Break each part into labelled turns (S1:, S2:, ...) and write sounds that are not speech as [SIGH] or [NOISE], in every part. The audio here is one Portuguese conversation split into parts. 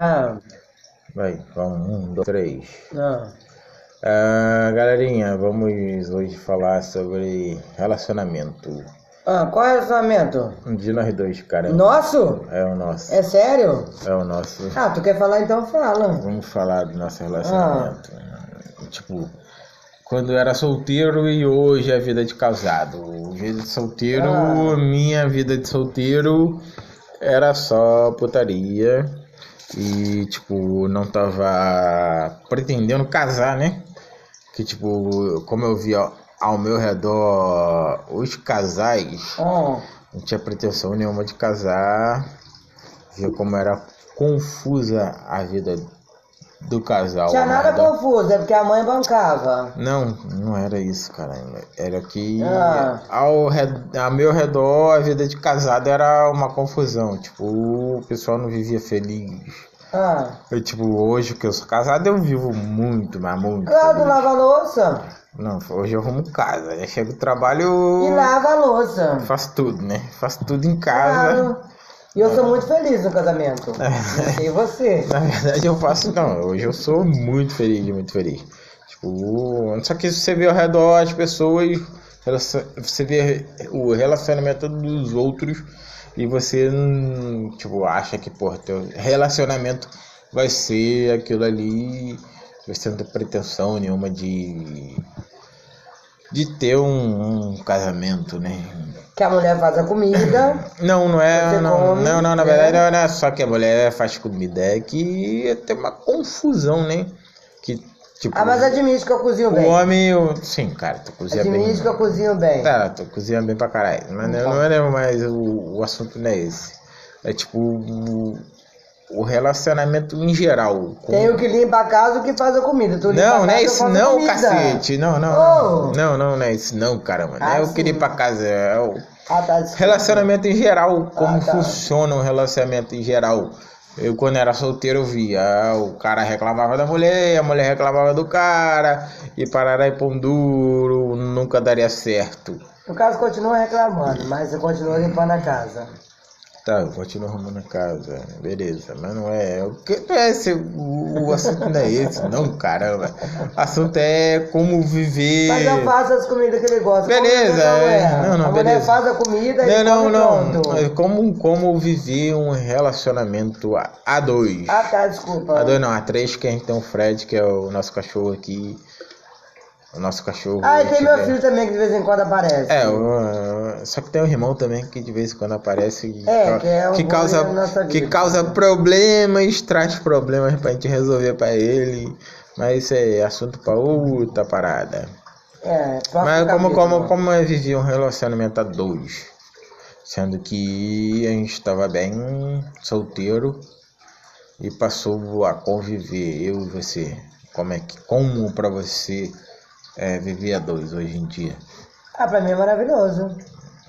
S1: Ah,
S2: Vai, vamos, um, dois, três.
S1: ah,
S2: Ah, galerinha, vamos hoje falar sobre relacionamento. Um
S1: ah, qual é o relacionamento?
S2: De nós dois, cara.
S1: Nosso?
S2: É o nosso.
S1: É sério?
S2: É o nosso.
S1: Ah, tu quer falar então fala.
S2: Vamos falar do nosso relacionamento. Tipo, quando eu era solteiro e hoje é a vida de casado. Vida de solteiro,
S1: Ah.
S2: minha vida de solteiro era só putaria. E, tipo, não tava pretendendo casar, né? Que, tipo, como eu via ao meu redor os casais
S1: Ah,
S2: não tinha pretensão nenhuma de casar. Viu como era confusa a vida do casal.
S1: tinha nada
S2: merda.
S1: confuso, é porque a mãe bancava.
S2: Não, não era isso, caramba. Era que
S1: Ah.
S2: ao, re- a meu redor a vida de casado era uma confusão. Tipo, o pessoal não vivia feliz.
S1: Ah,
S2: Eu, tipo, hoje que eu sou casado, eu vivo muito, mas muito.
S1: claro,
S2: feliz.
S1: lava a louça
S2: Não, hoje eu arrumo casa. Eu chego do trabalho,
S1: e lava a louça.
S2: faço tudo, Hum. né? Faço tudo em casa.
S1: Claro. E eu sou muito feliz no casamento. Não
S2: É.
S1: sei você.
S2: [LAUGHS] Na verdade, eu faço. Não, hoje eu sou muito feliz, muito feliz. Tipo, só que você vê ao redor as pessoas, relacion- você vê o relacionamento dos outros e você, hum, tipo, acha que, pô, teu relacionamento vai ser aquilo ali. Você não tem pretensão nenhuma de. de ter um, um casamento, né?
S1: Que a mulher faz a comida.
S2: Não, não é.
S1: Você
S2: Não,
S1: come,
S2: não, não,
S1: né?
S2: na verdade não é só que a mulher faz comida, é que tem uma confusão, né? Que, tipo,
S1: Ah, mas admite que eu cozinho
S2: o
S1: bem.
S2: homem. o- Sim, cara, tu cozinha bem.
S1: Admite que eu cozinho tá. bem.
S2: Tá, tu cozinha bem pra caralho. Mas não, não é mais o, o assunto não é esse. É tipo o, o relacionamento em geral. com-
S1: Tem o que limpa a casa e o que faz a comida. Tu limpa a
S2: Não, não
S1: casa,
S2: é
S1: eu
S2: isso
S1: faço
S2: não,
S1: comida.
S2: cacete. Não, não,
S1: Oh.
S2: não. Não, não, não é isso não, caramba. Não
S1: Ah,
S2: é o que
S1: sim.
S2: ir pra casa, é o
S1: Ah, tá, desculpa.
S2: Relacionamento em geral, como
S1: Ah, tá.
S2: funciona um relacionamento em geral. Eu, quando era solteiro, eu via. ah, O cara reclamava da mulher, a mulher reclamava do cara, e parará e pão duro, nunca daria certo.
S1: No caso, continua reclamando, mas você continua limpando a casa.
S2: Tá, eu continuo arrumando a casa, beleza, mas não é. O, que, não é esse, o, o assunto não é esse, não, caramba. O assunto é como viver.
S1: Mas eu faço as comidas que ele gosta.
S2: Beleza,
S1: Como que
S2: é. Não, não,
S1: a mulher
S2: beleza.
S1: faz a comida e
S2: Não,
S1: come
S2: não, não.
S1: pronto.
S2: Como, como viver um relacionamento a, a dois.
S1: Ah, tá, desculpa.
S2: A dois não, a três que a gente tem o Fred, que é o nosso cachorro aqui. O nosso cachorro.
S1: Ah, e tem meu
S2: que-
S1: filho também que de vez em quando aparece.
S2: É, o- só que tem um irmão também que de vez em quando aparece e
S1: É,
S2: ca-
S1: que é um
S2: que
S1: bullying
S2: causa
S1: na nossa vida.
S2: que causa problemas, traz problemas pra gente resolver pra ele. Mas isso é assunto pra outra parada.
S1: É, só
S2: Mas
S1: fica
S2: como,
S1: mesmo.
S2: como, como é viver um relacionamento a dois? Sendo que a gente estava bem solteiro e passou a conviver, eu e você. Como é que. Como pra você é, viver a dois hoje em dia?
S1: Ah, pra mim é maravilhoso.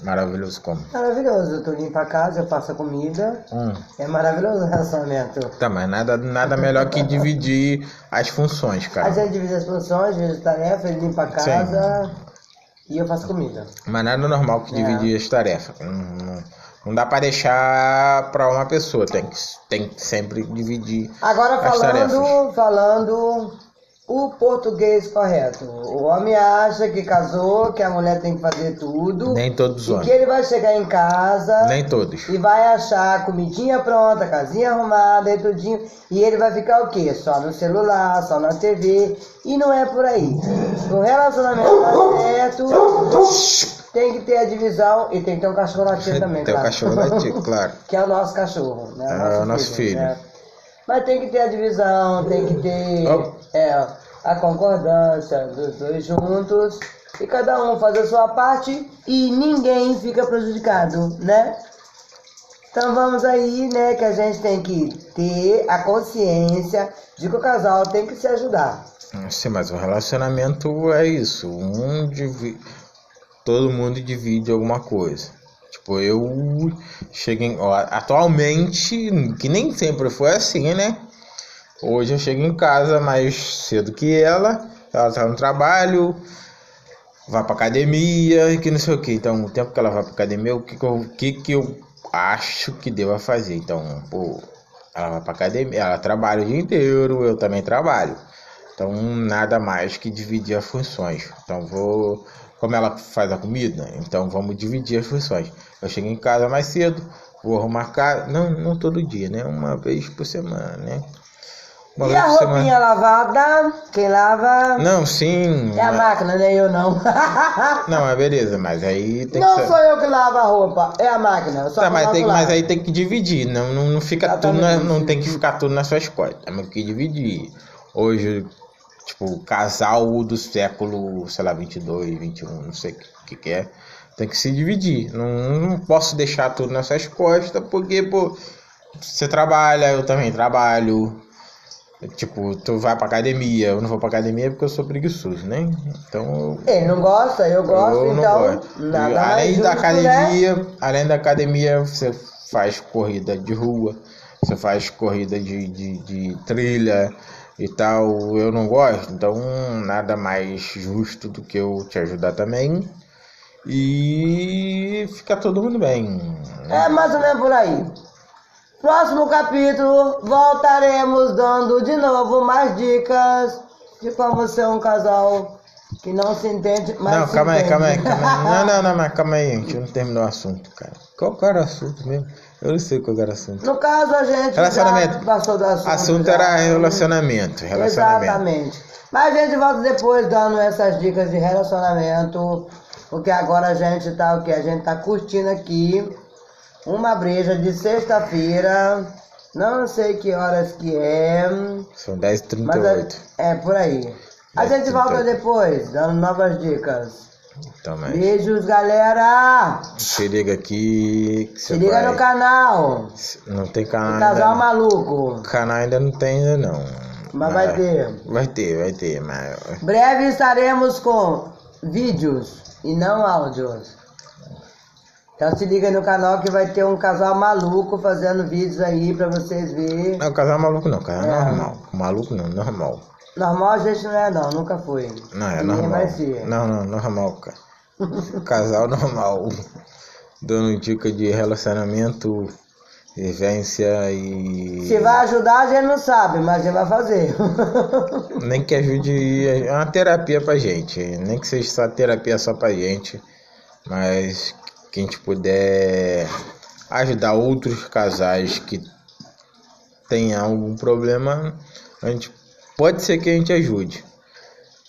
S2: Maravilhoso como?
S1: Maravilhoso. Tu limpa a casa, eu faço a comida.
S2: Hum.
S1: É maravilhoso o relacionamento.
S2: Tá, mas nada, nada melhor que dividir as funções,
S1: A
S2: cara.
S1: gente divide as funções, divide as tarefas, ele limpa a casa e eu faço comida.
S2: Mas nada normal que dividir as tarefas. Não, não- não dá pra deixar pra uma pessoa, tem que, tem que sempre dividir.
S1: Agora
S2: As
S1: falando,
S2: tarefas.
S1: falando o português correto. O homem acha que casou, que a mulher tem que fazer tudo.
S2: Nem
S1: e
S2: todos os
S1: que
S2: homens.
S1: ele vai chegar em casa
S2: Nem todos.
S1: e vai achar a comidinha pronta, a casinha arrumada e tudinho. E ele vai ficar o quê? Só no celular, só na TV. E não é por aí. No relacionamento tá certo, tem que ter a divisão e tem que ter um cachorro latindo também,
S2: Tem o
S1: claro.
S2: cachorro latido, claro.
S1: Que é o nosso cachorro, né?
S2: É, o nosso filho.
S1: né? Mas tem que ter a divisão, tem que ter
S2: Ó.
S1: é, a concordância dos dois juntos. E cada um faz a sua parte e ninguém fica prejudicado, né? Então vamos aí, né, que a gente tem que ter a consciência de que o casal tem que se ajudar.
S2: Sim, mas o relacionamento é isso. Um divi... Todo mundo divide alguma coisa. Tipo, eu chego em... ó, Atualmente, que nem sempre foi assim, né? Hoje eu chego em casa mais cedo que ela. Ela tá no trabalho, vai pra academia e que não sei o que. Então, o tempo que ela vai pra academia, o que que eu, o que que eu acho que deva fazer? Então, pô, Ela vai pra academia, ela trabalha o dia inteiro, eu também trabalho. Então nada mais que dividir as funções. Então vou. Como ela faz a comida, então vamos dividir as funções. Eu chego em casa mais cedo, vou arrumar casa. Não, não todo dia, né? Uma vez por semana, né? Uma
S1: E
S2: vez
S1: a
S2: por semana.
S1: roupinha lavada, quem lava
S2: Não, sim.
S1: é a
S2: mas-
S1: máquina, né? Eu não. [LAUGHS]
S2: Não, mas beleza, mas aí tem
S1: não
S2: que ser-
S1: sou eu que lavo a roupa, é a máquina. Eu só Tá,
S2: Tá, mas,
S1: coloco
S2: tem,
S1: lá.
S2: mas aí tem que dividir, não, não, não fica tudo na-
S1: Exatamente.
S2: não tem que ficar tudo nas suas costas. Temos que dividir. Hoje, tipo, o casal do século, sei lá, 22, 21, não sei o que, que que é. Tem que se dividir. Não, não posso deixar tudo nas suas costas, porque, pô, você trabalha, eu também trabalho. Tipo, tu vai pra academia, eu não vou pra academia porque eu sou preguiçoso, né? Então
S1: Ele não gosta, eu gosto,
S2: eu não
S1: então
S2: gosto.
S1: nada
S2: E
S1: mais
S2: além da
S1: justo, né?
S2: academia, além da academia, você faz corrida de rua, você faz corrida de, de, de trilha e tal. Eu não gosto, então nada mais justo do que eu te ajudar também. E fica todo mundo bem.
S1: É mais ou menos por aí. Próximo capítulo, voltaremos dando de novo mais dicas de como você é um casal que não se entende, mas
S2: não,
S1: se
S2: calma aí,
S1: entende.
S2: calma aí, calma aí. Não, não, não, mas calma aí, a gente não terminou o assunto, cara. Qual que era o assunto mesmo? Eu não sei qual que era o
S1: [LAUGHS]
S2: assunto.
S1: No caso, a gente
S2: Relacionamento.
S1: já passou do assunto.
S2: assunto
S1: já.
S2: era relacionamento. Relacionamento.
S1: Exatamente. Mas a gente volta depois dando essas dicas de relacionamento, porque agora a gente tá o que? A gente tá curtindo aqui uma breja de sexta-feira, não sei que horas que é,
S2: São 10 h
S1: mas
S2: 38
S1: a- é por aí. A
S2: É,
S1: gente volta
S2: 38.
S1: depois dando novas dicas.
S2: Então, mas
S1: Beijos, galera!
S2: se liga aqui. Que
S1: Se
S2: você
S1: liga no
S2: vai...
S1: canal,
S2: Não tem canal.
S1: Casal
S2: ainda...
S1: Maluco.
S2: Canal ainda não tem, ainda não.
S1: Mas vai ter.
S2: Vai ter, vai ter, mas.
S1: Breve estaremos com vídeos e não áudios. Então se liga no canal que vai ter um casal maluco fazendo vídeos aí pra vocês verem.
S2: Não, casal maluco não, casal
S1: É.
S2: normal. Maluco não, normal.
S1: Normal a gente não é não, nunca foi.
S2: Não, é
S1: Ninguém
S2: normal.
S1: vai ser.
S2: Não, não, normal,
S1: [LAUGHS]
S2: cara. Casal normal. Dando dica de relacionamento, vivência e.
S1: Se vai ajudar, a gente não sabe, mas a gente vai fazer. [LAUGHS]
S2: Nem que ajude. É uma terapia pra gente. Nem que seja só terapia só pra gente. Mas que a gente puder ajudar outros casais que tenham algum problema, a gente pode ser que a gente ajude.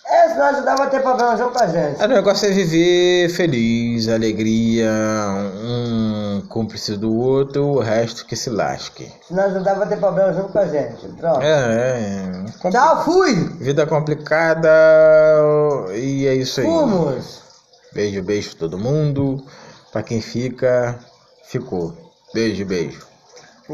S1: é, se não ajudar, vai ter problema junto com a gente.
S2: O negócio é viver feliz, alegria, um cúmplice do outro, o resto que se lasque.
S1: Se não ajudar, vai ter problema junto com a gente. Pronto.
S2: É, é. compli-
S1: Tchau, fui!
S2: Vida complicada e é isso aí.
S1: Fomos!
S2: Beijo, beijo todo mundo. Pra quem fica, ficou. Beijo, beijo.